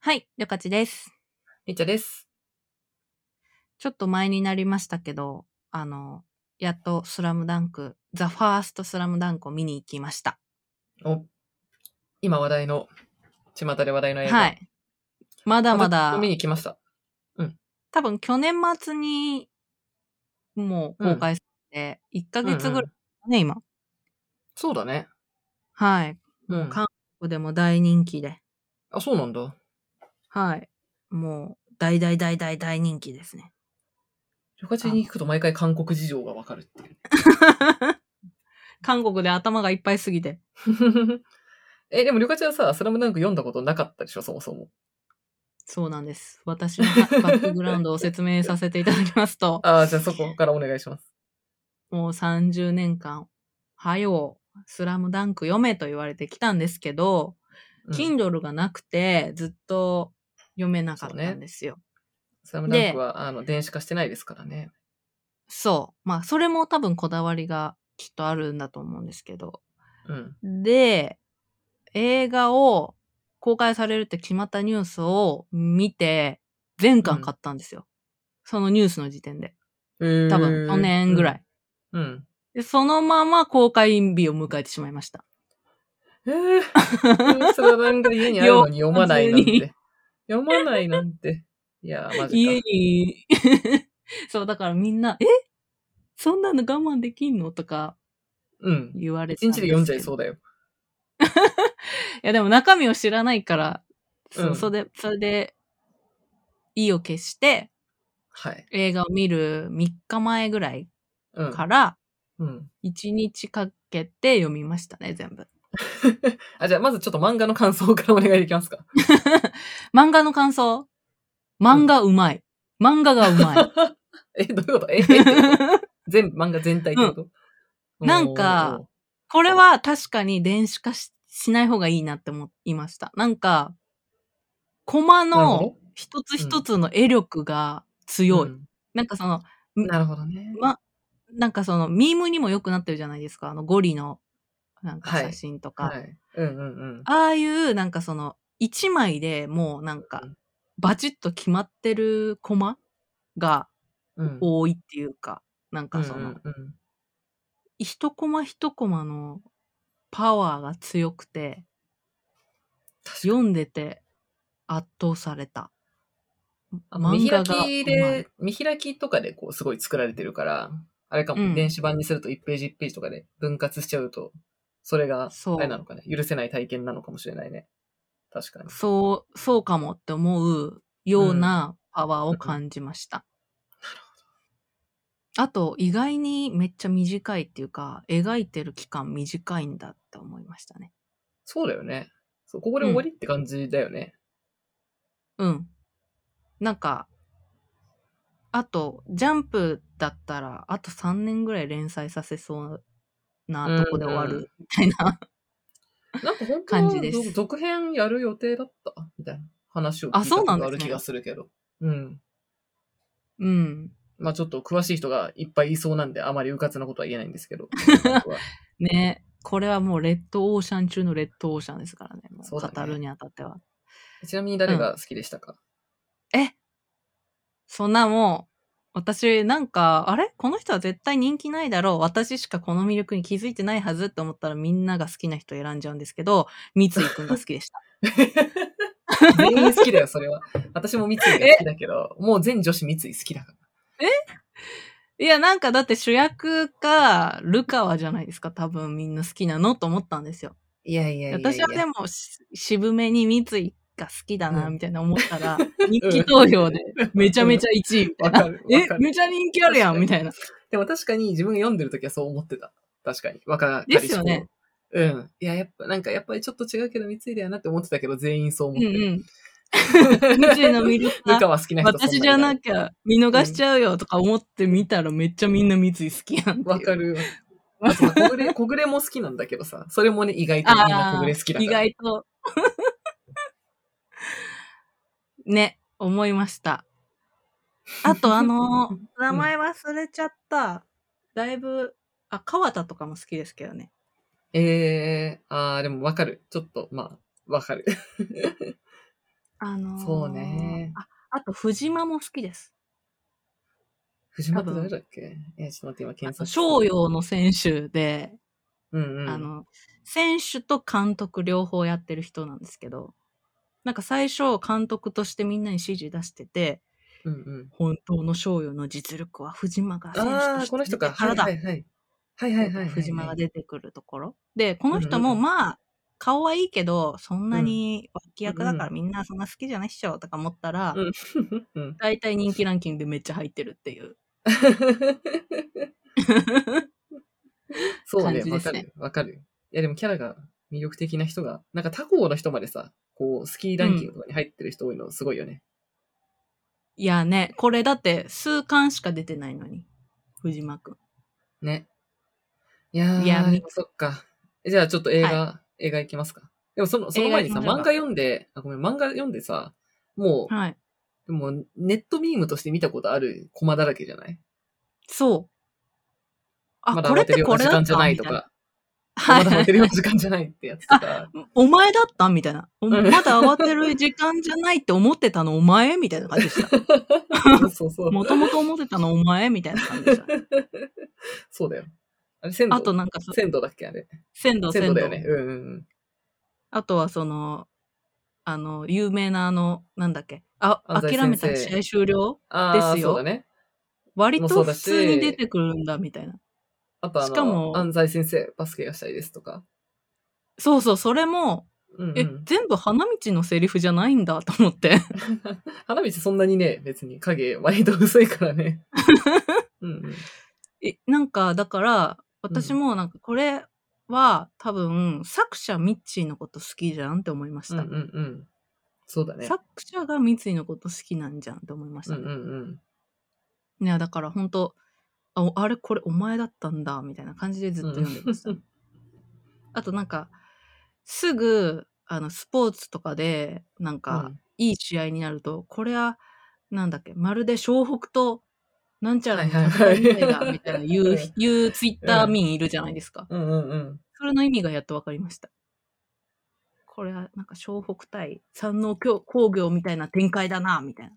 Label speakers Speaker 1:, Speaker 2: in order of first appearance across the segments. Speaker 1: はい、りょかちです。
Speaker 2: りっちゃです。
Speaker 1: ちょっと前になりましたけど、あの、やっとスラムダンク、ザ・ファーストスラムダンクを見に行きました。
Speaker 2: お、今話題の、巷で話題の映画。
Speaker 1: はい。まだま
Speaker 2: 私
Speaker 1: だ
Speaker 2: も見、に来ました。
Speaker 1: 多分去年末に、もう公開されて、1ヶ月ぐらいだね、今。
Speaker 2: そうだね。
Speaker 1: はい。
Speaker 2: うん。
Speaker 1: 韓国でも大人気で。
Speaker 2: あ、そうなんだ。
Speaker 1: はい。もう、大大大大大人気ですね。
Speaker 2: 旅館に行くと毎回韓国事情がわかるっていう。
Speaker 1: 韓国で頭がいっぱいすぎて。
Speaker 2: え、でも、りょかちはさ、スラムダンク読んだことなかったでしょ、そもそも。
Speaker 1: そうなんです。私のバックグラウンドを説明させていただきますと、
Speaker 2: ああ、じゃあそこからお願いします。
Speaker 1: もう30年間、はよ、スラムダンク読めと言われてきたんですけど、
Speaker 2: うん
Speaker 1: Kindle がなくて、ずっと読めなかったんですよ。
Speaker 2: スラムダンクは、あの、電子化してないですからね。
Speaker 1: そう,、まあ、それも多分こだわりがきっとあるんだと思うんですけど。
Speaker 2: うん。
Speaker 1: で、映画を公開されるって決まったニュースを見て、全巻買ったんですよ。そのニュースの時点で。
Speaker 2: えー
Speaker 1: 多分去年ぐらい。。
Speaker 2: うん。うん
Speaker 1: でそのまま公開日を迎えてしまいました。
Speaker 2: えー、 スラムダンク家にあるのに読まないなん
Speaker 1: よ
Speaker 2: て。読まないなんて。いやー、マジか。
Speaker 1: 家に、 そう、だからみんな、えそんなの我慢できんのとか
Speaker 2: うん。
Speaker 1: 言われて。。
Speaker 2: 一日で読んじゃいそううだよ。
Speaker 1: いや、でも中身を知らないから、そう
Speaker 2: うん
Speaker 1: それで、それで、意を決して、
Speaker 2: はい。
Speaker 1: 映画を見る3日前ぐらい
Speaker 2: うん。
Speaker 1: から、
Speaker 2: うん。
Speaker 1: 1日かけて読みましたね、全部。
Speaker 2: あ、じゃあ、まずちょっと漫画の感想からお願いできますか。
Speaker 1: 漫画の感想漫画うまい。漫画がうま い。
Speaker 2: え、どういうことえ、えってこと全部、漫画全体ってこと、
Speaker 1: うんなんかこれは確かに電子化ししない方がいいなって思いました。なんか、コマ
Speaker 2: おー、なるほ
Speaker 1: の
Speaker 2: ど
Speaker 1: 一つ一つの絵力が強い。
Speaker 2: うん
Speaker 1: なんかその、
Speaker 2: なるほどね。
Speaker 1: ま、なんかその、ミームにも良くなってるじゃないですか。あの、ゴリの、なんか
Speaker 2: はい
Speaker 1: 写真とか。
Speaker 2: はい。うんうんうん。
Speaker 1: ああいう、なんかその、一枚でもうなんか
Speaker 2: うん、
Speaker 1: バチッと決まってるコマが
Speaker 2: うん。
Speaker 1: 多いっていうか、なんかその、
Speaker 2: うんうん
Speaker 1: 一コマ一コマのパワーが強くて、読んでて圧倒された。
Speaker 2: あの見開
Speaker 1: う
Speaker 2: き
Speaker 1: まい
Speaker 2: で、見開きとかでこうすごい作られてるから、あれかも、
Speaker 1: うん
Speaker 2: 電子版にすると1ページ1ページとかで分割しちゃうと、それが、
Speaker 1: そう
Speaker 2: あれなのかね、許せない体験なのかもしれないね。確かに。
Speaker 1: そう、そうかもって思うようなパワーを感じました。あと、意外にめっちゃ短いっていうか、描いてる期間短いんだって思いましたね。
Speaker 2: そうだよね。そう、ここで終わりって感じだよね。
Speaker 1: うん。なんか、あと、ジャンプだったら、あと3年ぐらい連載させそうなとこで終わ
Speaker 2: うんうん
Speaker 1: るみたいな。
Speaker 2: なんか本当
Speaker 1: 感
Speaker 2: は
Speaker 1: じです
Speaker 2: 続続編やる予定だったみたいな話を聞い
Speaker 1: あ
Speaker 2: た
Speaker 1: そう
Speaker 2: こ
Speaker 1: なん
Speaker 2: と
Speaker 1: ですね
Speaker 2: がある気がするけど。うん。
Speaker 1: うん。
Speaker 2: まあちょっと詳しい人がいっぱいいそうなんで、あまりうかつなことは言えないんです けど。僕は
Speaker 1: ね。これはもうレッドオーシャン中のレッドオーシャンですからね。も
Speaker 2: そう
Speaker 1: う
Speaker 2: だね
Speaker 1: 語るにあたっては。
Speaker 2: ちなみに誰が好きでしたか、
Speaker 1: そんなもう、私なんか、あれこの人は絶対人気ないだろう。私しかこの魅力に気づいてないはずって思ったらみんなが好きな人選んじゃうんですけど、三井くんが好きで した。
Speaker 2: 全員好きだよ、それは。私も三井が好きだけ ど、もう全女子三井好きだから。
Speaker 1: いや、なんかだって主役か、ルカワじゃないですか。多分みんな好きなのと思ったんですよ。
Speaker 2: いやいやいやいや。
Speaker 1: 私はでもし渋めに三井が好きだな、
Speaker 2: うん
Speaker 1: みたいな思った ら、人気投票でめちゃめちゃ1位みたいな。
Speaker 2: うんわかるわ
Speaker 1: え
Speaker 2: か、る
Speaker 1: めちゃ人気あるやん、みたいな。
Speaker 2: でも確かに自分が読んでる時はそう思ってた。確かに。若かり
Speaker 1: ですよね
Speaker 2: し頃。うん。いや、やっぱ、なんか、やっぱりちょっと違うけど、三井だよなって思ってたけど、全員そう思
Speaker 1: う
Speaker 2: っ
Speaker 1: ん
Speaker 2: て
Speaker 1: う
Speaker 2: る。
Speaker 1: ん。 三井の魅力が
Speaker 2: ルカは好きな人
Speaker 1: 私じゃな
Speaker 2: く
Speaker 1: きゃ見逃しちゃうよとか思ってみたらめっちゃみんな三井好きやんっていう
Speaker 2: わかる。あとさ小暮、小暮も好きなんだけどさ、それもね、意外とみんな小
Speaker 1: ああ
Speaker 2: 暮好きだ
Speaker 1: 意
Speaker 2: から。
Speaker 1: 外と ね思いましたあとあの名前忘れちゃっただいぶあ川田とかも好きですけどね
Speaker 2: ええー、ああ、でもわかる。ちょっと、まあ、わかる。
Speaker 1: あのー
Speaker 2: そうね
Speaker 1: あ、あと、藤間も好きです。
Speaker 2: 藤間って
Speaker 1: 多分
Speaker 2: 誰だっけえ、ちょっと待って、今
Speaker 1: あ
Speaker 2: 検
Speaker 1: と、
Speaker 2: 索。
Speaker 1: 商用の選手で、
Speaker 2: うんうん。
Speaker 1: あの、選手と監督両方やってる人なんですけど、なんか最初、監督としてみんなに指示出してて、
Speaker 2: うんうん。
Speaker 1: 本当の商用の実力は藤間が選手
Speaker 2: あ
Speaker 1: と
Speaker 2: あ、
Speaker 1: して
Speaker 2: この人か。
Speaker 1: からだ
Speaker 2: はいはいはい。はいはいはいはい。
Speaker 1: 藤間が出てくるところ。で、この人
Speaker 2: う
Speaker 1: も
Speaker 2: んうん
Speaker 1: まあ、顔はいいけど、そんなに脇役だか
Speaker 2: うん
Speaker 1: ら
Speaker 2: うん
Speaker 1: みんなそんな好きじゃないっしょとか思ったら
Speaker 2: う、ん うん。
Speaker 1: 大体人気ランキングでめっちゃ入ってるっていう。
Speaker 2: そうね
Speaker 1: 感、じ
Speaker 2: わ
Speaker 1: で
Speaker 2: か
Speaker 1: すね
Speaker 2: る。わかる。いや、でもキャラが魅力的な人が、なんか他校の人までさ、こう、スキーランキングとかに入ってる人多いのすごいよね。
Speaker 1: いやね、これだって数巻しか出てないのに、藤間くん。
Speaker 2: ね。いやー、
Speaker 1: いやみ
Speaker 2: でもそっか。えじゃあちょっと映画、映画行きますか。でもその、その前にさ、
Speaker 1: 映画行
Speaker 2: 漫
Speaker 1: きましょう
Speaker 2: 画
Speaker 1: か
Speaker 2: 読んで、あ、ごめん、漫画読んでさ、もう、
Speaker 1: はい。
Speaker 2: でもネットミームとして見たことあるコマだらけじゃない
Speaker 1: そう。あ、
Speaker 2: まだ
Speaker 1: これ
Speaker 2: 慌
Speaker 1: って
Speaker 2: る
Speaker 1: て
Speaker 2: よう
Speaker 1: こ
Speaker 2: な
Speaker 1: れ
Speaker 2: 時
Speaker 1: だ
Speaker 2: 間
Speaker 1: っ
Speaker 2: じゃ
Speaker 1: た
Speaker 2: ない
Speaker 1: み
Speaker 2: と
Speaker 1: たいな。
Speaker 2: か、
Speaker 1: は
Speaker 2: ま
Speaker 1: い
Speaker 2: だ。慌てるような時間じゃないってやつとか、
Speaker 1: お前だったみたいな。お
Speaker 2: うん
Speaker 1: まだ慌てる時間じゃないって思ってたのお前みたいな感じで した。
Speaker 2: そうそうそ う。
Speaker 1: もともと思ってたのお前みたいな感じで した。
Speaker 2: そうだよ。あれ、鮮度。
Speaker 1: あとなんかそ、
Speaker 2: 鮮度だっけあれ。
Speaker 1: 鮮度、
Speaker 2: 鮮
Speaker 1: 鮮
Speaker 2: 度だ
Speaker 1: 度
Speaker 2: よ。ね。うんうんうん。
Speaker 1: あとはその、あの、有名なあの、なんだっけ。あ、
Speaker 2: 安西先
Speaker 1: 諦め
Speaker 2: 生
Speaker 1: た試合終了
Speaker 2: ああ、
Speaker 1: ですよ
Speaker 2: そうだね。
Speaker 1: 割
Speaker 2: もうそ
Speaker 1: と
Speaker 2: うだ
Speaker 1: 普
Speaker 2: し
Speaker 1: 通に出てくるんだ、みたいな。
Speaker 2: あとあの、
Speaker 1: しかも
Speaker 2: 安西先生、バスケがしたいですとか。
Speaker 1: そうそう、それも、
Speaker 2: うん、う
Speaker 1: え、
Speaker 2: ん。
Speaker 1: 全部花道のセリフじゃないんだと思って。
Speaker 2: 花道そんなにね、別に影、割と薄いか らね。うんうん。
Speaker 1: え、なんか、だから、私もなんか、これは、多分、作者ミッチーのこと好きじゃんって思いまし
Speaker 2: うんう
Speaker 1: た。
Speaker 2: んうん。そうだね。
Speaker 1: 作者が三井のこと好きなんじゃんって思いまし
Speaker 2: う
Speaker 1: た
Speaker 2: んう
Speaker 1: ね。
Speaker 2: んうん。
Speaker 1: いやだから本当あおあれこれお前だったんだみたいな感じでずっと読んでました。
Speaker 2: うん
Speaker 1: あとなんかすぐあのスポーツとかでなんかいい試合になると、これはなんだっけまるで湘北となんちゃらの戦いみたいだ
Speaker 2: はいはいはい
Speaker 1: みたいな 言う言うツイッター民いるじゃないですか。
Speaker 2: うんうんうん。
Speaker 1: それの意味がやっと分かりました。これはなんか湘北対山王工工業みたいな展開だなみたいな。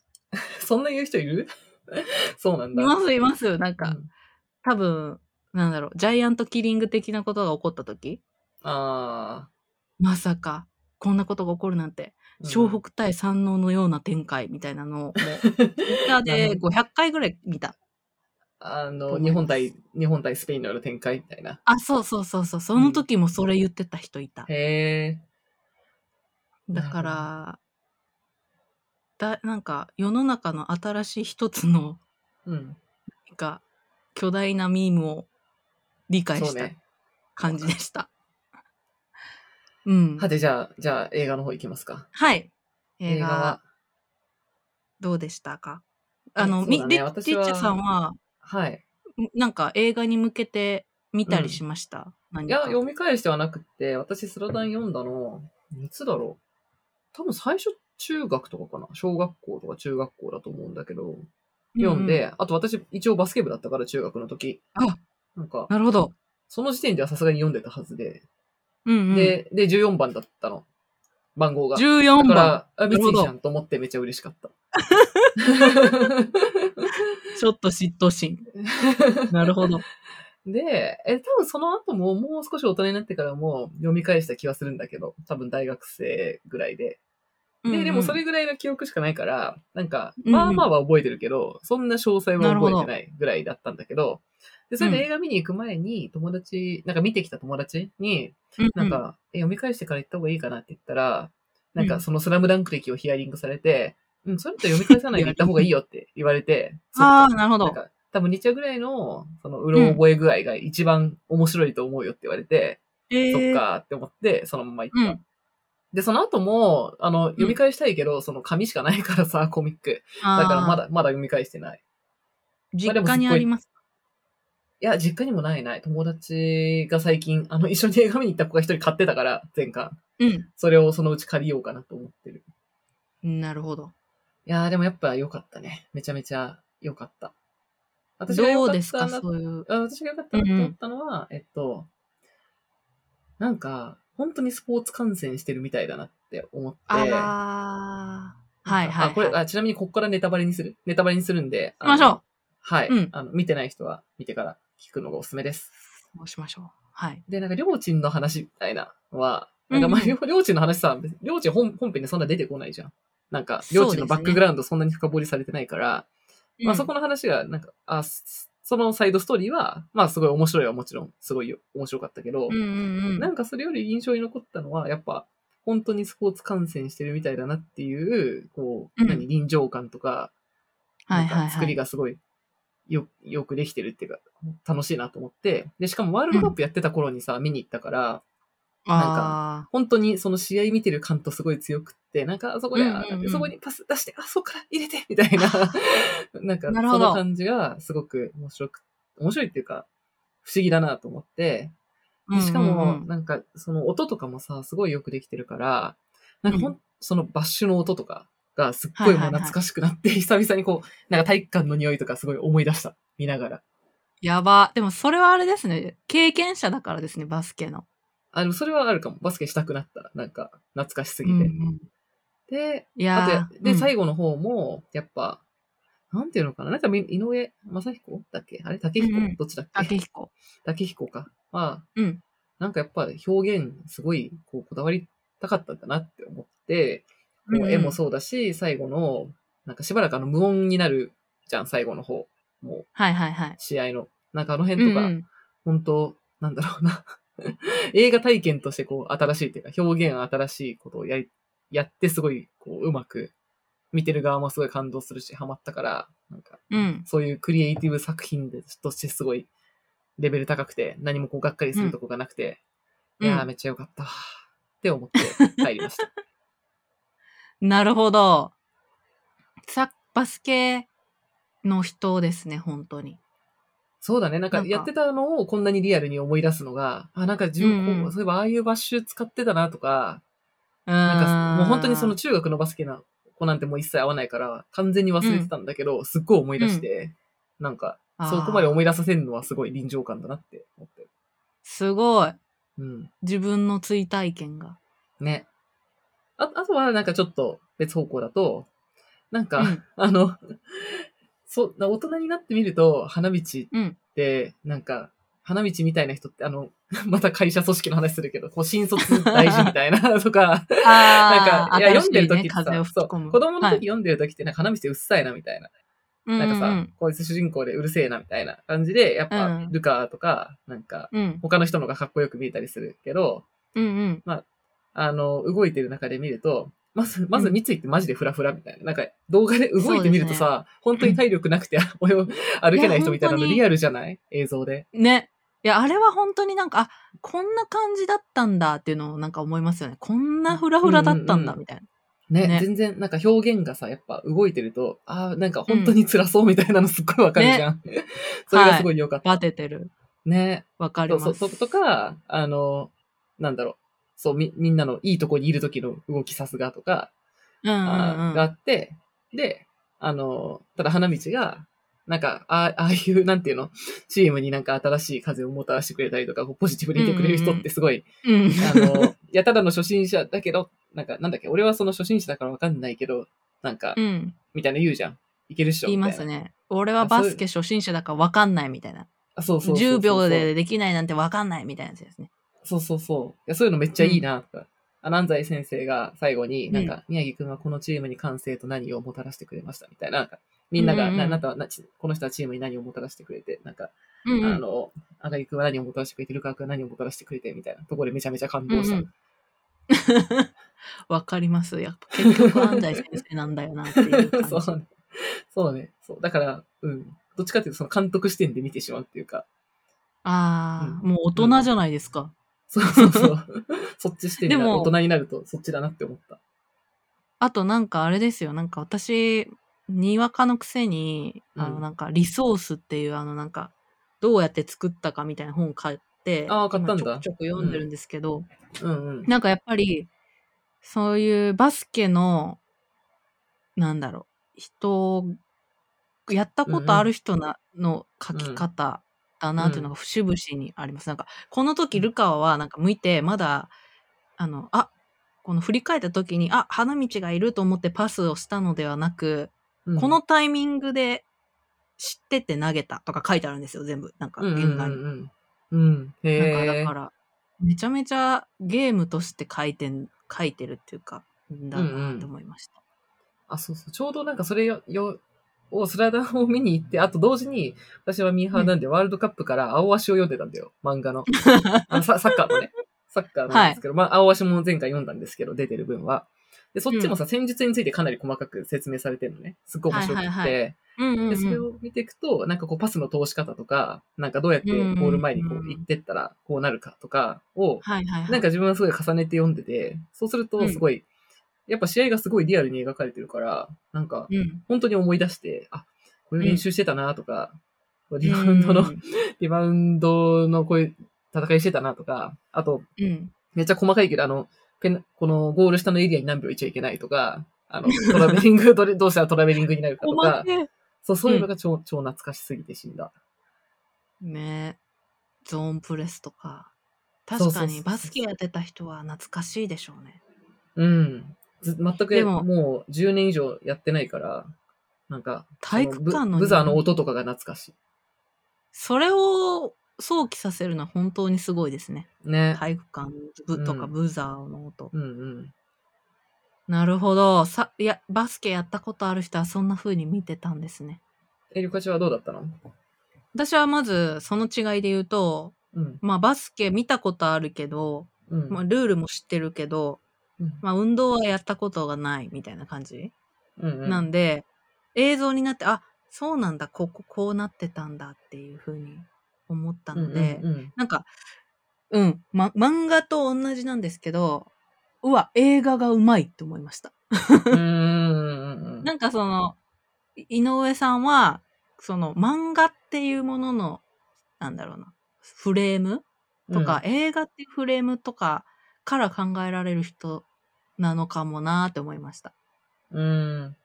Speaker 2: そんな言う人いる そうなんだ。
Speaker 1: いますいます。なんか、
Speaker 2: うん
Speaker 1: 多分、なんだろう、ジャイアントキリング的なことが起こった時
Speaker 2: ああ。
Speaker 1: まさか、こんなことが起こるなんて、
Speaker 2: うん
Speaker 1: 湘北対山王のような展開みたいな のを、もう、Twitter
Speaker 2: な
Speaker 1: で
Speaker 2: る
Speaker 1: 500回ぐらい見た。
Speaker 2: あ
Speaker 1: と
Speaker 2: の、
Speaker 1: 思
Speaker 2: 日
Speaker 1: いま
Speaker 2: 本
Speaker 1: す
Speaker 2: 対、日本対スペインのような展開みたいな。
Speaker 1: あ、そうそうそうそう、その時もそれ言ってた人いた。
Speaker 2: へえ。
Speaker 1: だから、だ、なんか、世の中の新しい一つの、
Speaker 2: うん。
Speaker 1: なんか、巨大なミームを理解
Speaker 2: そう
Speaker 1: した
Speaker 2: ね。
Speaker 1: 感じでした。うん。
Speaker 2: はて、じゃあ、じゃあ映画の方行きますか。
Speaker 1: はい。映画は。どうでしたか
Speaker 2: え
Speaker 1: あの、
Speaker 2: そう
Speaker 1: み
Speaker 2: だね
Speaker 1: リッ
Speaker 2: 私
Speaker 1: リ
Speaker 2: は
Speaker 1: ッチさんは、
Speaker 2: はい。
Speaker 1: んなんか映画に向けて見たりしました、何
Speaker 2: い
Speaker 1: か
Speaker 2: や、読み返してはなくって、私、スラダン読んだの、いつだろう。多分最初、中学とかかな。小学校とか中学校だと思うんだけど、読んで、
Speaker 1: うう
Speaker 2: あと私、一応バスケ部だったから、中学の時。
Speaker 1: あ
Speaker 2: なんか、
Speaker 1: なるほど。
Speaker 2: その時点ではさすがに読んでたはずで、
Speaker 1: うん、うん。
Speaker 2: で、で、14番だったの。番号が。だ
Speaker 1: 14
Speaker 2: か
Speaker 1: 番。
Speaker 2: ら、あ、
Speaker 1: な
Speaker 2: 三
Speaker 1: るほ
Speaker 2: 井
Speaker 1: ど
Speaker 2: じゃんと思ってめちゃ嬉しか った。
Speaker 1: ちょっと嫉妬 心。なるほど。
Speaker 2: で、え、多分その後ももう少し大人になってからも読み返した気はするんだけど、多分大学生ぐらいで。
Speaker 1: うんう
Speaker 2: で、
Speaker 1: ん
Speaker 2: でもそれぐらいの記憶しかないから、なんか、
Speaker 1: うんうん
Speaker 2: まあまあは覚えてるけど、そんな詳細は
Speaker 1: なるほ
Speaker 2: 覚
Speaker 1: ど
Speaker 2: えてないぐらいだったんだけど、で、それで映画見に行く前に友達、なんか見てきた友達に、
Speaker 1: うう
Speaker 2: なんか、え読み返してから行った方がいいかなって言ったら、なん
Speaker 1: う
Speaker 2: か
Speaker 1: ん
Speaker 2: そのスラムダンク歴をヒアリングされて、うん、それと読み返さないで行った方がいいよって言われて、そっか
Speaker 1: ああ、なるほ
Speaker 2: なん
Speaker 1: ど。
Speaker 2: か、多分日夜ぐらいの、その、うろ覚え具合が一番面白いと思うよって言われて、
Speaker 1: え
Speaker 2: そっ
Speaker 1: ー、
Speaker 2: かーって思って、そのまま行った。
Speaker 1: うん
Speaker 2: で、その後も、あの、読み返したいけど、その紙しかないからさ、 コミック。だ
Speaker 1: あー
Speaker 2: からまだ、まだ読み返してない。
Speaker 1: 実家にあります。
Speaker 2: いや、実家にもないない。友達が最近、あの、一緒に映画見に行った子が一人買ってたから、前回。それをそのうち借りようかなと思ってる。
Speaker 1: うん。なるほど。
Speaker 2: いやー、でもやっぱ良かったね。めちゃめちゃ良かった。が
Speaker 1: どう
Speaker 2: 良かったな
Speaker 1: ですか、そういう。
Speaker 2: あ私が良かったなと思ったのは、えっと、なんか、本当にスポーツ観戦してるみたいだなっって思って。
Speaker 1: ああ。はいはい、はい。
Speaker 2: あ、これ、あ、ちなみにここからネタバレにする。ネタバレにするんで。
Speaker 1: しましょ
Speaker 2: あの
Speaker 1: う。
Speaker 2: はい、
Speaker 1: うん
Speaker 2: あの。見てない人は見てから聞くのがおすすめです。
Speaker 1: そうしましょう。はい。
Speaker 2: で、なんか、りょうちんの話みたいなのは、なんか、
Speaker 1: うんうん
Speaker 2: まあ、りょうりょうちんの話さ、りょうちん本本編でそんな出てこないじゃん。なんか、り
Speaker 1: そう
Speaker 2: ょ
Speaker 1: ですね
Speaker 2: うちんのバックグラウンドそんなに深掘りされてないから、まあ、そこの話が、なんか、あ、すそのサイドストーリーは、まあ、すごい面白いはもちろん、すごいよ面白かったけ
Speaker 1: う
Speaker 2: ど、
Speaker 1: んうんうん。
Speaker 2: なんかそれより印象に残ったのは、やっぱ、本当にスポーツ観戦してるみたいだなっていう、こう、
Speaker 1: うん
Speaker 2: 何、臨場感とか、
Speaker 1: はいは
Speaker 2: なん
Speaker 1: い
Speaker 2: か
Speaker 1: は
Speaker 2: 作り
Speaker 1: い。
Speaker 2: がすごいよよくできてるっていうか、楽しいなと思って、で、しかもワールドカップやってた頃にさ、見に行ったから、なん
Speaker 1: あ
Speaker 2: 本当にその試合見てる感とすごい強くって、なんかあそこで、
Speaker 1: うんうんうん
Speaker 2: あーなんかそこにパス出して、あ、そこから入れてみたいな、 なんか
Speaker 1: なるほ
Speaker 2: そ
Speaker 1: ど
Speaker 2: の感じがすごく面白く、面白いっていうか、不思議だなと思って、
Speaker 1: ー
Speaker 2: でしか
Speaker 1: うんうん
Speaker 2: も
Speaker 1: う、ん
Speaker 2: なんか、その音とかもさ、すごいよくできてるから、なんかほん、
Speaker 1: う
Speaker 2: そのバッシュの音とかがすっご
Speaker 1: は
Speaker 2: い
Speaker 1: い
Speaker 2: もう
Speaker 1: はいはい
Speaker 2: 懐かしくなって、 久々にこう、なんか体育館の匂いとかすごい思い出した。見ながら。
Speaker 1: やば。でもそれはあれですね。経験者だからですね、バスケの。
Speaker 2: あ、でもそれはあるかも。バスケしたくなった。なんか、懐かしすぎ
Speaker 1: うんう
Speaker 2: て。
Speaker 1: ん
Speaker 2: で、
Speaker 1: い
Speaker 2: あ
Speaker 1: や
Speaker 2: と、
Speaker 1: ー
Speaker 2: で、
Speaker 1: うん
Speaker 2: 最後の方も、やっぱ、なんていうのかななんかみ、井上正彦だっけあれ竹彦、
Speaker 1: うんうん
Speaker 2: どっちだっ
Speaker 1: 竹
Speaker 2: け
Speaker 1: 彦。
Speaker 2: 竹彦か。まあ、
Speaker 1: うん。
Speaker 2: なんかやっぱ表現、すごい、こう、こだわりたかったんだなって思って、もう絵も
Speaker 1: う。
Speaker 2: そうだし、最後の、なんかしばらくあの無音になるじゃん、最後の方。もうん
Speaker 1: はいはいはい。
Speaker 2: 試合の。なんかあの
Speaker 1: う
Speaker 2: 辺と
Speaker 1: んう
Speaker 2: か、
Speaker 1: ん
Speaker 2: 本当なんだろうな。 映画体験としてこう新しいというか、表現新しいことをやり、やってすごいこううまく、見てる側もすごい感動するし、ハマったから、なんか、
Speaker 1: うん。
Speaker 2: そういうクリエイティブ作品でとしてすごいレベル高くて、何もこうがっかりするとこがなくて、
Speaker 1: うん
Speaker 2: いや
Speaker 1: う
Speaker 2: ー
Speaker 1: ん
Speaker 2: めっちゃよかったわって思って帰りました。
Speaker 1: なるほど。さバスケの人ですね、本当に。
Speaker 2: そうだね。なんか
Speaker 1: なんか
Speaker 2: やってたのをこんなにリアルに思い出すのが、あ、なんか自分こう、
Speaker 1: うんうん
Speaker 2: そういえばああいうバッシュ使ってたなとか、
Speaker 1: な
Speaker 2: なんかもう本当にその、中学のバスケの子なんてもう一切会わないから、完全に忘れてたんだけど、すっごい思い出して、なんか、そこまで
Speaker 1: あー
Speaker 2: 思い出させるのはすごい臨場感だなって思ってる。
Speaker 1: すごい。
Speaker 2: うん。
Speaker 1: 自分の追体験が。
Speaker 2: ね。ああとはなんかちょっと別方向だと、 なんか、
Speaker 1: うん
Speaker 2: あの、そう、大人になってみると、花道
Speaker 1: うん。
Speaker 2: で、なんか、花道みたいな人って、あの、 また会社組織の話するけど、こう、新卒大事みたい なとか、な
Speaker 1: あ
Speaker 2: ん
Speaker 1: あ、
Speaker 2: か、いや、読んで
Speaker 1: 新し
Speaker 2: る
Speaker 1: い
Speaker 2: 時
Speaker 1: ね
Speaker 2: ってさ、
Speaker 1: 風を吹き
Speaker 2: そう、
Speaker 1: 込む。
Speaker 2: 子供の
Speaker 1: は
Speaker 2: 時
Speaker 1: い、
Speaker 2: 読んでる時って、なんか花道でうっさいなみたいな。なんかさ、
Speaker 1: うんうん
Speaker 2: こいつ主人公でうるせえなみたいな感じで、やっぱ、
Speaker 1: うん
Speaker 2: ルカとか、なんか、
Speaker 1: うん。
Speaker 2: 他の人のがかっこよく見えたりするけど、
Speaker 1: うんうん。
Speaker 2: あの、動いてる中で見ると、まず、まず
Speaker 1: うん
Speaker 2: 三井ってマジでフラフラみたいな。なんか動画で動いてみるとさ、本当に体力なくて、俺を 歩けない人みたいな
Speaker 1: や本
Speaker 2: いの
Speaker 1: 当に
Speaker 2: リアルじゃない映像で。
Speaker 1: ね。いや、あれは本当になんか、あ、こんな感じだったんだっていうのをなんか思いますよね。こんなフラフラだったんだみたいな。
Speaker 2: ね、
Speaker 1: ね
Speaker 2: 全然なんか表現がさ、やっぱ動いてると、ああ、なんか本当に辛そうみたいなのすっごいわかるじゃん。 それがすごい良かった。
Speaker 1: バテてる。
Speaker 2: ね。
Speaker 1: わかり
Speaker 2: そう
Speaker 1: ます。
Speaker 2: そう、ととか、あの、なんだろう。そう、み、みんなのいいとこにいる時の動きさすがとか、
Speaker 1: うんうん
Speaker 2: あー
Speaker 1: う
Speaker 2: があ
Speaker 1: ん。
Speaker 2: って、で、あの、ただ花道が、なんか、あああいう、なんていうの、チームになんか新しい風をもたらしてくれたりとか、こうポジティブにいてくれる人ってすごい、
Speaker 1: うん。
Speaker 2: あの、いや、ただの初心者だけど、なんか、なんだっけ、俺はその初心者だからわかんないけど、なんか、
Speaker 1: うん。
Speaker 2: みたいな言うじゃん。いけるっしょ。
Speaker 1: 言います
Speaker 2: みたな。
Speaker 1: ね。俺はバスケ初心者だからわかんないみたいな。
Speaker 2: あそうそうそうそう。
Speaker 1: 10秒で。できないなんてわかんないみたいなやつですね。
Speaker 2: そうそうそう。いや、そういうのめっちゃいいな、とか。あ南西先生が最後に、なんか、宮城くんはこのチームに感性と何をもたらしてくれました、みたいな。なんかみんなが、
Speaker 1: うんうん
Speaker 2: なあなたはな、ちこの人はチームに何をもたらしてくれて、なんか、
Speaker 1: うんう
Speaker 2: あ
Speaker 1: ん。
Speaker 2: の、赤木くんは何をもたらしてくれて、ルカくんは何をもたらしてくれて、みたいなところでめちゃめちゃ感
Speaker 1: うんう
Speaker 2: 動した。
Speaker 1: ん わかります。やっぱ結局安西先生なんだよなっていう感じ。
Speaker 2: そうね。そうね。そう。だから、うん。どっちかっていうと、その監督視点で見てしまうっていうか、
Speaker 1: ああ、
Speaker 2: うん
Speaker 1: もう大人じゃないですか。
Speaker 2: そうそ うそう。そっち視点にな
Speaker 1: で
Speaker 2: る
Speaker 1: も
Speaker 2: 大人になると、そっちだなって思った。
Speaker 1: あとなんかあれですよ、なんか私、にわかのくせに、
Speaker 2: うん
Speaker 1: あのなんかリソースっていうあのなんか、どうやって作ったかみたいな本を買って、
Speaker 2: あー買ったんだ
Speaker 1: 今ちょくちょく読んでるんですけど、
Speaker 2: うんうん。
Speaker 1: なんかやっぱり、そういうバスケの、なんだろう、人、やったことある人な、の書き方だなっていうのが節々にあります。なんか、この時ルカワはなんか向いて、まだ、あの、あ、この振り返った時に、あ、花道がいると思ってパスをしたのではなく、
Speaker 2: うん
Speaker 1: このタイミングで知ってて投げたとか書いてあるんですよ、全部。なんか、
Speaker 2: うんう
Speaker 1: 原
Speaker 2: んう
Speaker 1: 画に。
Speaker 2: んうん。うん。へ
Speaker 1: なんか、だ
Speaker 2: え
Speaker 1: か。ら、めちゃめちゃゲームとして書いてん、書いてるっていうか、んだなって思いました。
Speaker 2: あ、そうそう。ちょうどなんかそれよ、よ、を、スラダンを見に行って、あと同時に、私はミーハーなんで、ワールドカップから青足を読んでたんだよ。漫 画の。あササッカーのね。サッカーなんですけど、まあ、青足も前回読んだんですけど、出てる分は。で、そっちもさ、戦術についてかなり細かく説明されてるのね。すっごい面白くて。
Speaker 1: はいはいうんうんうん
Speaker 2: で、それを見ていくと、なんかこうパスの通し方とか、なんかどうやってゴール前にこう行ってったらこうなるかとかを、
Speaker 1: はいはい はい。
Speaker 2: なんか自分はすごい重ねて読んでて、そうするとすごい、やっぱ試合がすごいリアルに描かれてるから、なんか
Speaker 1: うん、
Speaker 2: 本当に思い出して、あ、こういう練習してたなとか、リバウンドの、
Speaker 1: う
Speaker 2: リバウンドのこういう戦いしてたなとか、あと、
Speaker 1: ん。
Speaker 2: めっちゃ細かいけど、あの、ペナこのゴール下のエリアに何秒いちゃいけないとか、あの、トラベリング、どれどうしたらトラベリングになるか と
Speaker 1: 困
Speaker 2: か
Speaker 1: っ、て。
Speaker 2: そう、そういうのが超、超懐かしすぎて死んだ。
Speaker 1: ねゾーンプレスとか。
Speaker 2: そう
Speaker 1: 確
Speaker 2: そうそう
Speaker 1: かにバスケやってた人は懐かしいでしょうね。
Speaker 2: うん。ず全く
Speaker 1: でも
Speaker 2: もう10年以上やってないから、なんか、
Speaker 1: 体育館の
Speaker 2: そ
Speaker 1: 匂
Speaker 2: ブ
Speaker 1: い
Speaker 2: ブザーの音とかが懐かし
Speaker 1: それを想起させるのは本当にすごいですね。
Speaker 2: い。ね。
Speaker 1: 体育館ぶとか
Speaker 2: うん
Speaker 1: ブザーの音。
Speaker 2: うんうん。
Speaker 1: なるほど。さ、いや、バスケやったことある人はそんな風に見てたんですね。
Speaker 2: え、りかちはどうだったの
Speaker 1: 私はまず、その違いで言うと、
Speaker 2: うん。
Speaker 1: まあ、バスケ見たことあるけど、
Speaker 2: うん。
Speaker 1: まあ、ルールも知ってるけど、
Speaker 2: うん
Speaker 1: まあ、運動はやったことがないみたいな感じ、
Speaker 2: うんうん
Speaker 1: なんで、映像になって、あ、そうなんだ、こここうなってたんだっていう風に思ったので、
Speaker 2: うんうん
Speaker 1: なんか、うん、ま、漫画と同じなんですけど、うわ、映画がうまいって思いました。
Speaker 2: うん。うんうんうんうん
Speaker 1: なんかその、い井上さんは、その漫画っていうものの、なんだろうな、フレームとか、、映画っていうフレームとかから考えられる人なのかもなーって思いました。
Speaker 2: うん。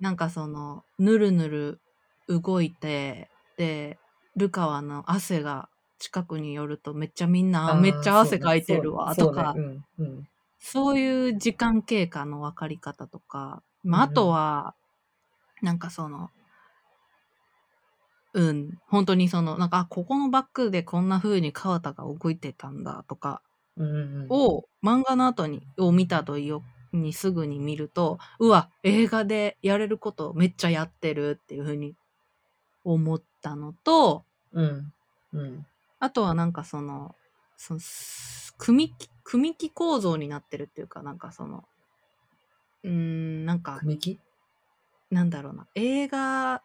Speaker 1: なんかその、ぬるぬる動いて、で、ルカワの汗が近くに寄るとめっちゃみんな、
Speaker 2: ー
Speaker 1: めっちゃ汗かいてるわ、と
Speaker 2: そうね
Speaker 1: か、
Speaker 2: そうねうんうん
Speaker 1: そういう時間経過の分かり方とか、まあ、
Speaker 2: うん
Speaker 1: あとは、なんかその、うん、本当にその、なんか、あここのバックでこんな風に川田が動いてたんだとか
Speaker 2: うんうんうん。
Speaker 1: を、漫画の後に、を見たというにすぐに見ると、うわ、映画でやれることめっちゃやってるっていう風に思ったのと、
Speaker 2: うん。うん。
Speaker 1: あとはなんかその、そのす組木、組木構造になってるっていうか、なんかその、うーん、なんか、
Speaker 2: 組木
Speaker 1: なんだろうな、映画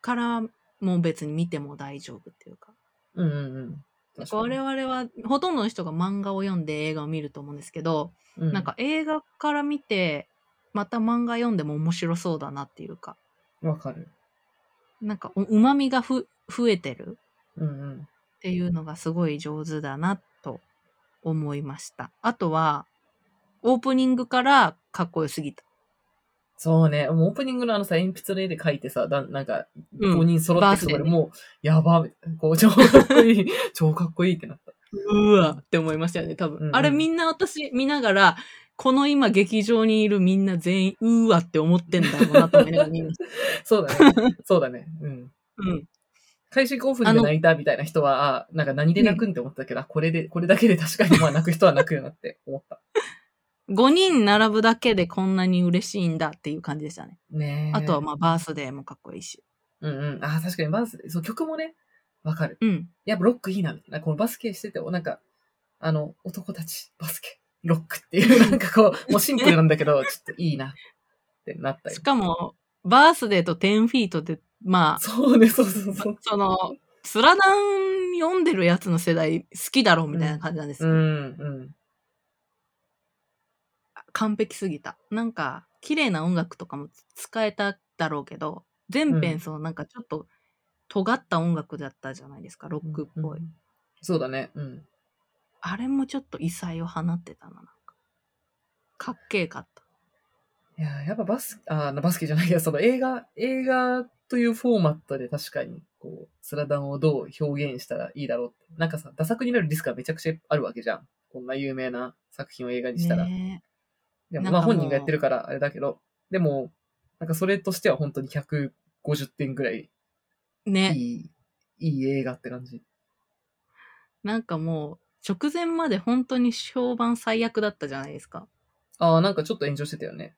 Speaker 1: からも別に見ても大丈夫っていうか。
Speaker 2: うんうんうん。確かに
Speaker 1: 我々は、ほとんどの人が漫画を読んで映画を見ると思うんですけど、
Speaker 2: う
Speaker 1: なんか映画から見て、また漫画読んでも面白そうだなっていうか、
Speaker 2: わかる。
Speaker 1: なんかうまみがふ増えてる
Speaker 2: うんうん。
Speaker 1: っていうのがすごい上手だなと思いました。あとは、オープニングからかっこよすぎた。
Speaker 2: そうね。もうオープニングのあのさ、鉛筆の絵で描いてさ、だんなんか、
Speaker 1: うん
Speaker 2: 5人揃ってく
Speaker 1: バースで
Speaker 2: るとこでもう、やば、こう、超かっこ いい、超かっこいいってなった。
Speaker 1: うわって思いましたよね、多分。
Speaker 2: うんうん
Speaker 1: あれみんな私見ながら、この今劇場にいるみんな全員、うーわって思ってんだろうなと思いながら見ま した。
Speaker 2: そうだね。そうだね。うん。
Speaker 1: うん。
Speaker 2: 開始5分で泣いたみたいな人は、あなんか何で泣くんって思ったけど、あこれで、これだけで確かに、まあ泣く人は泣くよなって思った。
Speaker 1: 5人並ぶだけでこんなに嬉しいんだっていう感じでしたね。
Speaker 2: ねえ
Speaker 1: あとはまあバースデーもかっこいいし。
Speaker 2: うんうん。あー確かにバス、そう、曲もね、わかる。
Speaker 1: うん。
Speaker 2: やっぱロックいいな、みたいな。このバスケしてて、なんか、あの、男たち、バスケ、ロックっていう、なんかこう、もうシンプルなんだけど、ちょっといいな、ってなったよ
Speaker 1: し。かも、バースデーと10フィートで、まあ、
Speaker 2: そうね、そうそうそ。
Speaker 1: そうその、スラダン読んでるやつの世代好きだろうみたいな感じなんです
Speaker 2: う
Speaker 1: よ、
Speaker 2: ん、うん。
Speaker 1: 完璧すぎた。なんか、綺麗な音楽とかも使えただろうけど、全
Speaker 2: うん
Speaker 1: 編そのなんかちょっと尖った音楽だったじゃないですか、ロックっぽい。
Speaker 2: うんそうだね、うん。
Speaker 1: あれもちょっと異彩を放ってたな、なんか。かっけえかった。
Speaker 2: いやー、やっぱバス、あー、バスケじゃないや、その映画、映画というフォーマットで確かに、ここう、スラダンをどう表現したらいいだろうって。なんかさ、ダ作になるリスクがめちゃくちゃあるわけじゃん。こんな有名な作品を映画にしたら。
Speaker 1: ね
Speaker 2: でも
Speaker 1: なん
Speaker 2: ま
Speaker 1: か
Speaker 2: あ本
Speaker 1: もう
Speaker 2: 人がやってるからあれだけど、でも、なんかそれとしては本当に150点ぐらい
Speaker 1: え
Speaker 2: い
Speaker 1: ね
Speaker 2: い、いい映画って感じ。
Speaker 1: なんかもう、直前まで本当に評判最悪だったじゃないですか。
Speaker 2: ああ、なんかちょっと炎上してたよね。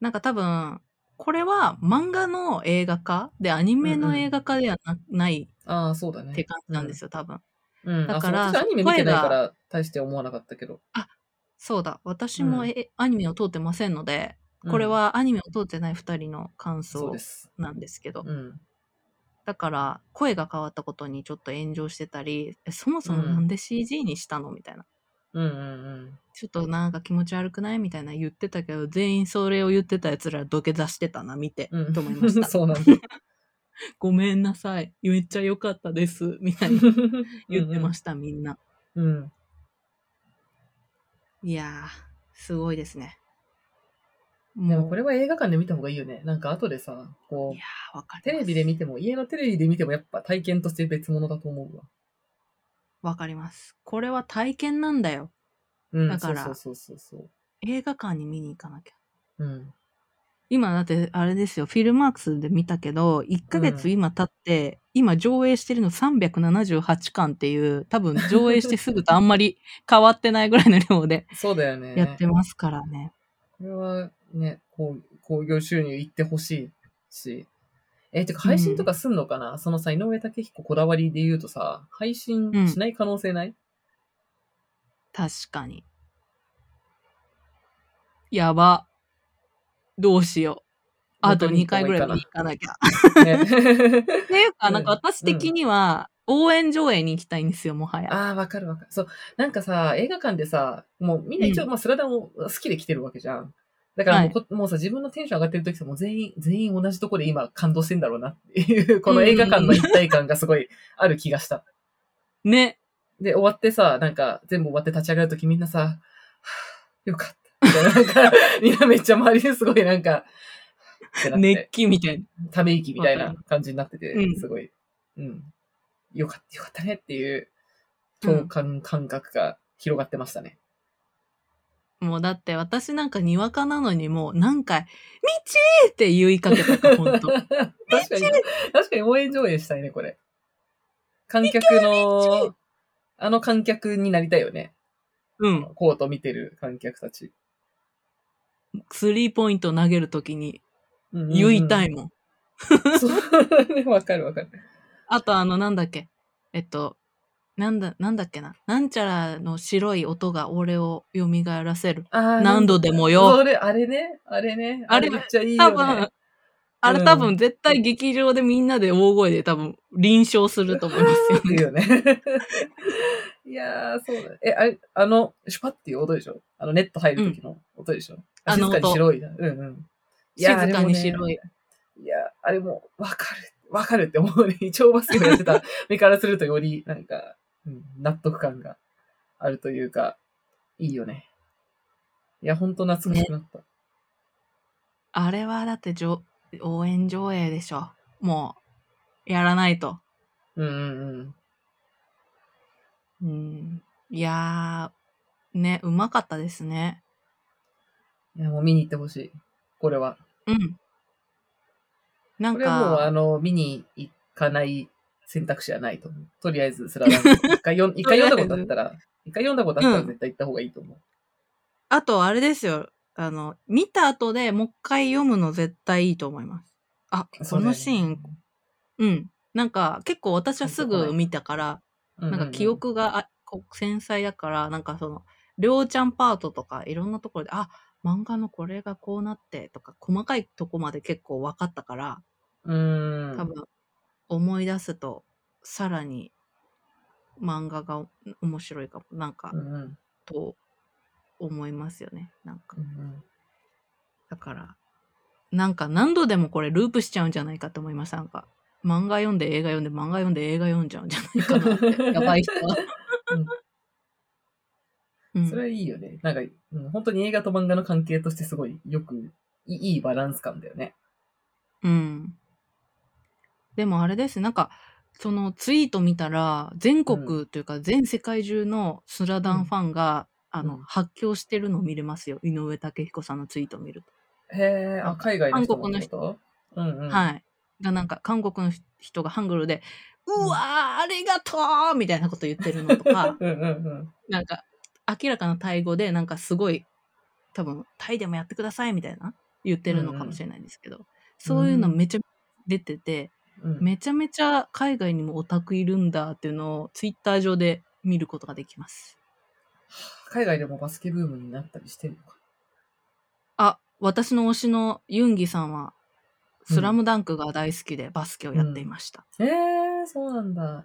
Speaker 1: なんか多分、これは漫画の映画化で、アニメの映画化ではな,、ない
Speaker 2: ああ、そうだ
Speaker 1: って
Speaker 2: ね。
Speaker 1: 感じなんですよ、多分。
Speaker 2: うん。
Speaker 1: だから
Speaker 2: あそう私アニメ見てないから大して思わなかったけど。
Speaker 1: そうだ、私も
Speaker 2: うん
Speaker 1: え、アニメを通ってませんので、
Speaker 2: うん
Speaker 1: これ、はアニメを通ってない2人の感
Speaker 2: そう
Speaker 1: 想
Speaker 2: です。
Speaker 1: なんですけど、
Speaker 2: うん。
Speaker 1: だから声が変わったことにちょっと炎上してたり、えそもそもなんで CG にしたのみたいな。
Speaker 2: うんうん
Speaker 1: ちょっとなんか気持ち悪くないみたいな言ってたけど、全員それを言ってた奴ら土下座してたな、見て、
Speaker 2: うん。うん。
Speaker 1: と思いました。
Speaker 2: そうなんだ。
Speaker 1: ごめんなさい。めっちゃ良かったです。みた いな言ってま
Speaker 2: し
Speaker 1: した、みんな。
Speaker 2: た。うん。
Speaker 1: いやー、すごいですね。
Speaker 2: で
Speaker 1: も
Speaker 2: もこれは映画館で見た方がいいよね。なんか後でさ、こ
Speaker 1: いうや、ー、わかり
Speaker 2: テレビで見ても、家のテレビで見てもやっぱ体験として別物だと思うわ。
Speaker 1: わかります。これは体験なんだよ。
Speaker 2: うん、
Speaker 1: だから
Speaker 2: そうそうそうそう
Speaker 1: 映画館に見に行かなきゃ。
Speaker 2: そう。うん。
Speaker 1: 今だってあれですよ、フィルマークスで見たけど、1ヶ
Speaker 2: う
Speaker 1: 月
Speaker 2: ん
Speaker 1: 今経って、今上映してるの378巻っていう、多分上映してすぐとあんま り変わってないぐらいの量で
Speaker 2: そうだよね。
Speaker 1: やってますからね。
Speaker 2: これはね、こう興行収入いってほしいし。えてか配信とかすんのかな、そのさ、井上武彦こだわりで言うとさ、配信しない可能性ない、
Speaker 1: 確かに。やば。どうしよう。あと2回ぐらい見に行かなきゃ。
Speaker 2: ね
Speaker 1: っていうか、
Speaker 2: うん
Speaker 1: なんか私的には、応援上映に行きたいんですよ、もはや。
Speaker 2: ああ、わかるわかる。そう。なんかさ、映画館でさ、もうみんな一応、
Speaker 1: う
Speaker 2: まあ、スラダンを好きで来てるわけじゃん。だからもう,、
Speaker 1: はい
Speaker 2: こもうさ、自分のテンション上がってる時ともう全員、全員同じとこで今感動してんだろうなっていう、 この映画館の一体感がすごいある気がした。
Speaker 1: ね。
Speaker 2: で、終わってさ、なんか、全部終わって立ち上がるときみんなさ、はぁよかった。みたいな、なんか、みんなめっちゃ周りですごいなんか、ってなって
Speaker 1: 熱気みたいな。
Speaker 2: ため息みたいな感じになってて、
Speaker 1: うん
Speaker 2: すごい、うん。よかった、よかったねっていう、共感感覚が広がってましたね。
Speaker 1: もうだって私なんかにわかなのにもう何回、道ーって言いかけた か、本当
Speaker 2: 確かに、確かに応援上映したいね、これ。観客の、あの観客になりたいよね。
Speaker 1: うん。
Speaker 2: コート見てる観客たち。
Speaker 1: スリーポイント投げるときに
Speaker 2: うんうんうん
Speaker 1: 言いたいもん。
Speaker 2: そう。 わかるわかる。
Speaker 1: あとあの、なんだっけ。えっと、なんだ、なんだっけな。なんちゃらの白い音が俺を蘇らせる。
Speaker 2: あー
Speaker 1: 何度でもよ。
Speaker 2: それ、あれね、あれね。
Speaker 1: あ
Speaker 2: あ
Speaker 1: れ
Speaker 2: れめっちゃいい
Speaker 1: 多
Speaker 2: よ
Speaker 1: 分、
Speaker 2: ね。
Speaker 1: あれ多分絶対劇場でみんなで大声で多分臨床すると思いますよ
Speaker 2: いい
Speaker 1: ね。
Speaker 2: よね。 いやー、そうだ。え、あれ、あの、シュパっていう音でしょあの、ネット入る時の音でしょ、
Speaker 1: あの音
Speaker 2: 静かに白いな。うんうん。い
Speaker 1: 静
Speaker 2: や
Speaker 1: かに白い。。
Speaker 2: あれもねいや、あれも、わかる。わかるって思うね。一応バスケをやっ てた身からするとより、なんか、うん納得感があるというか、いいよね。いや、ほんと懐かしくなった。
Speaker 1: あれはだってじょ応援上映でしょ。もう、やらないと。
Speaker 2: うんうん
Speaker 1: う
Speaker 2: うん。
Speaker 1: ん。いやー、ね、うまかったですね。
Speaker 2: いや、もう見に行ってほしい。これは。
Speaker 1: うん。なん
Speaker 2: これはもう、あ
Speaker 1: か、
Speaker 2: の、見に行かない選択肢はないと思う。とりあえず、スラダン。一 回読ん一回読んだことあったら、一回読んだことあったら絶対行った方がいいと思う。
Speaker 1: あとあれですよ。あの、見た後でもう一回読むの絶対いいと思います。あ、
Speaker 2: そ
Speaker 1: こ
Speaker 2: うだよ
Speaker 1: の
Speaker 2: ね
Speaker 1: シーン、うん。なんか、結構私はすぐ見たから、
Speaker 2: うう
Speaker 1: なんか記。憶があこう繊細だから、なんかその、りょうちゃんパートとかいろんなところで、あ、漫画のこれがこうなってとか、細かいとこまで結構分かったから、
Speaker 2: うーん。
Speaker 1: 多分思い出すと、さらに漫画がお面白いかも、なんか
Speaker 2: う、んうん
Speaker 1: と思いますよね。なんか
Speaker 2: う、ん
Speaker 1: だから、なんか何度でもこれループしちゃうんじゃないかと思いました。なんか、漫画読んで映画読んで、漫画読んで映画読んじゃうんじゃないか なって。やばい人は。う
Speaker 2: うんん。それはいいよね。なんか、うん本当に映画と漫画の関係としてすごいよく、いいいいバランス感だよね。
Speaker 1: うん。でもあれですねなんかそのツイート見たら全
Speaker 2: う
Speaker 1: 国というか全世界中のスラダンファンが、あ
Speaker 2: う
Speaker 1: の
Speaker 2: ん
Speaker 1: 発狂してるの見れますよ井上武彦さんのツイート見ると、
Speaker 2: へえ、あ、海外の人もってことうんうん。
Speaker 1: はいがなんか韓国の人がハングルで「
Speaker 2: ん
Speaker 1: うわーありがとう!」みたいなこと言ってるのとか
Speaker 2: うんうんうん。
Speaker 1: なんか明らかなタイ語でなんかすごい多分タイでもやってくださいみたいな言ってるのかもしれないんですけど、そういうのめちゃ出てて、
Speaker 2: うん
Speaker 1: めちゃめちゃ海外にもオタクいるんだっていうのをツイッター上で見ることができます。
Speaker 2: 海外でもバスケブームになったりしてるのか。
Speaker 1: あ、私の推しのユンギさんは、スラムダンクが大好きでバスケをやっていました。
Speaker 2: ええ、そうなんだ。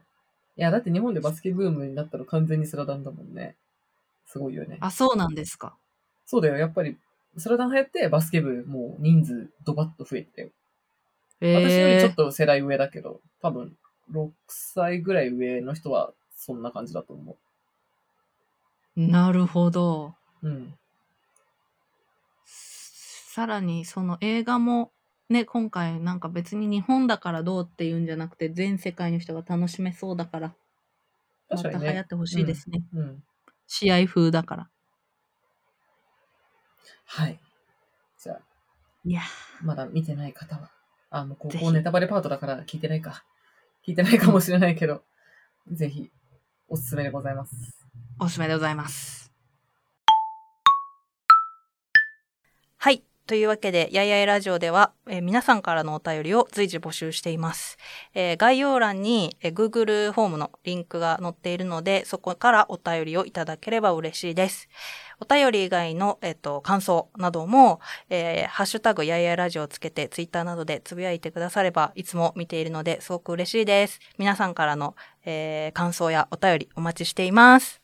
Speaker 2: いや、だって日本でバスケブームになったら完全にスラダンだもんね。すごいよね。
Speaker 1: あ、そうなんですか。
Speaker 2: そうだよ、やっぱり、スラダン流行ってバスケ部、もう人数ドバッと増えてたよ。私よりちょっ
Speaker 1: えー、
Speaker 2: と世代上だけど、多分、6歳ぐらい上の人はそんな感じだと思
Speaker 1: なるほど。
Speaker 2: う。うん。
Speaker 1: さらにその映画も、ね、今回なんか別に日本だからどうっていうんじゃなくて全世界の人が楽しめそうだからま
Speaker 2: 確
Speaker 1: た
Speaker 2: かに
Speaker 1: 流行っ
Speaker 2: ね。
Speaker 1: てほしいですね、
Speaker 2: うん。
Speaker 1: 試合風だから
Speaker 2: はい。じゃあ、
Speaker 1: いや
Speaker 2: まだ見てない方は、あ、もうこ
Speaker 1: ぜ
Speaker 2: こ
Speaker 1: ひ
Speaker 2: ネタバレパートだから聞いてないか。聞いてないかもしれないけど、ぜひ、おすすめでございます。
Speaker 1: おすすめでございます
Speaker 3: はい。というわけで、やいやいラジオでは、えー皆さんからのお便りを随時募集しています。えー概要欄に、えー Google フォームのリンクが載っているので、そこからお便りをいただければ嬉しいです。お便り以外の、えっと、感想なども、えーハッシュタグやいやいラジオをつけて、ツイッターなどでつぶやいてくだされば、いつも見ているので、すごく嬉しいです。皆さんからの、えー感想やお便りお待ちしています。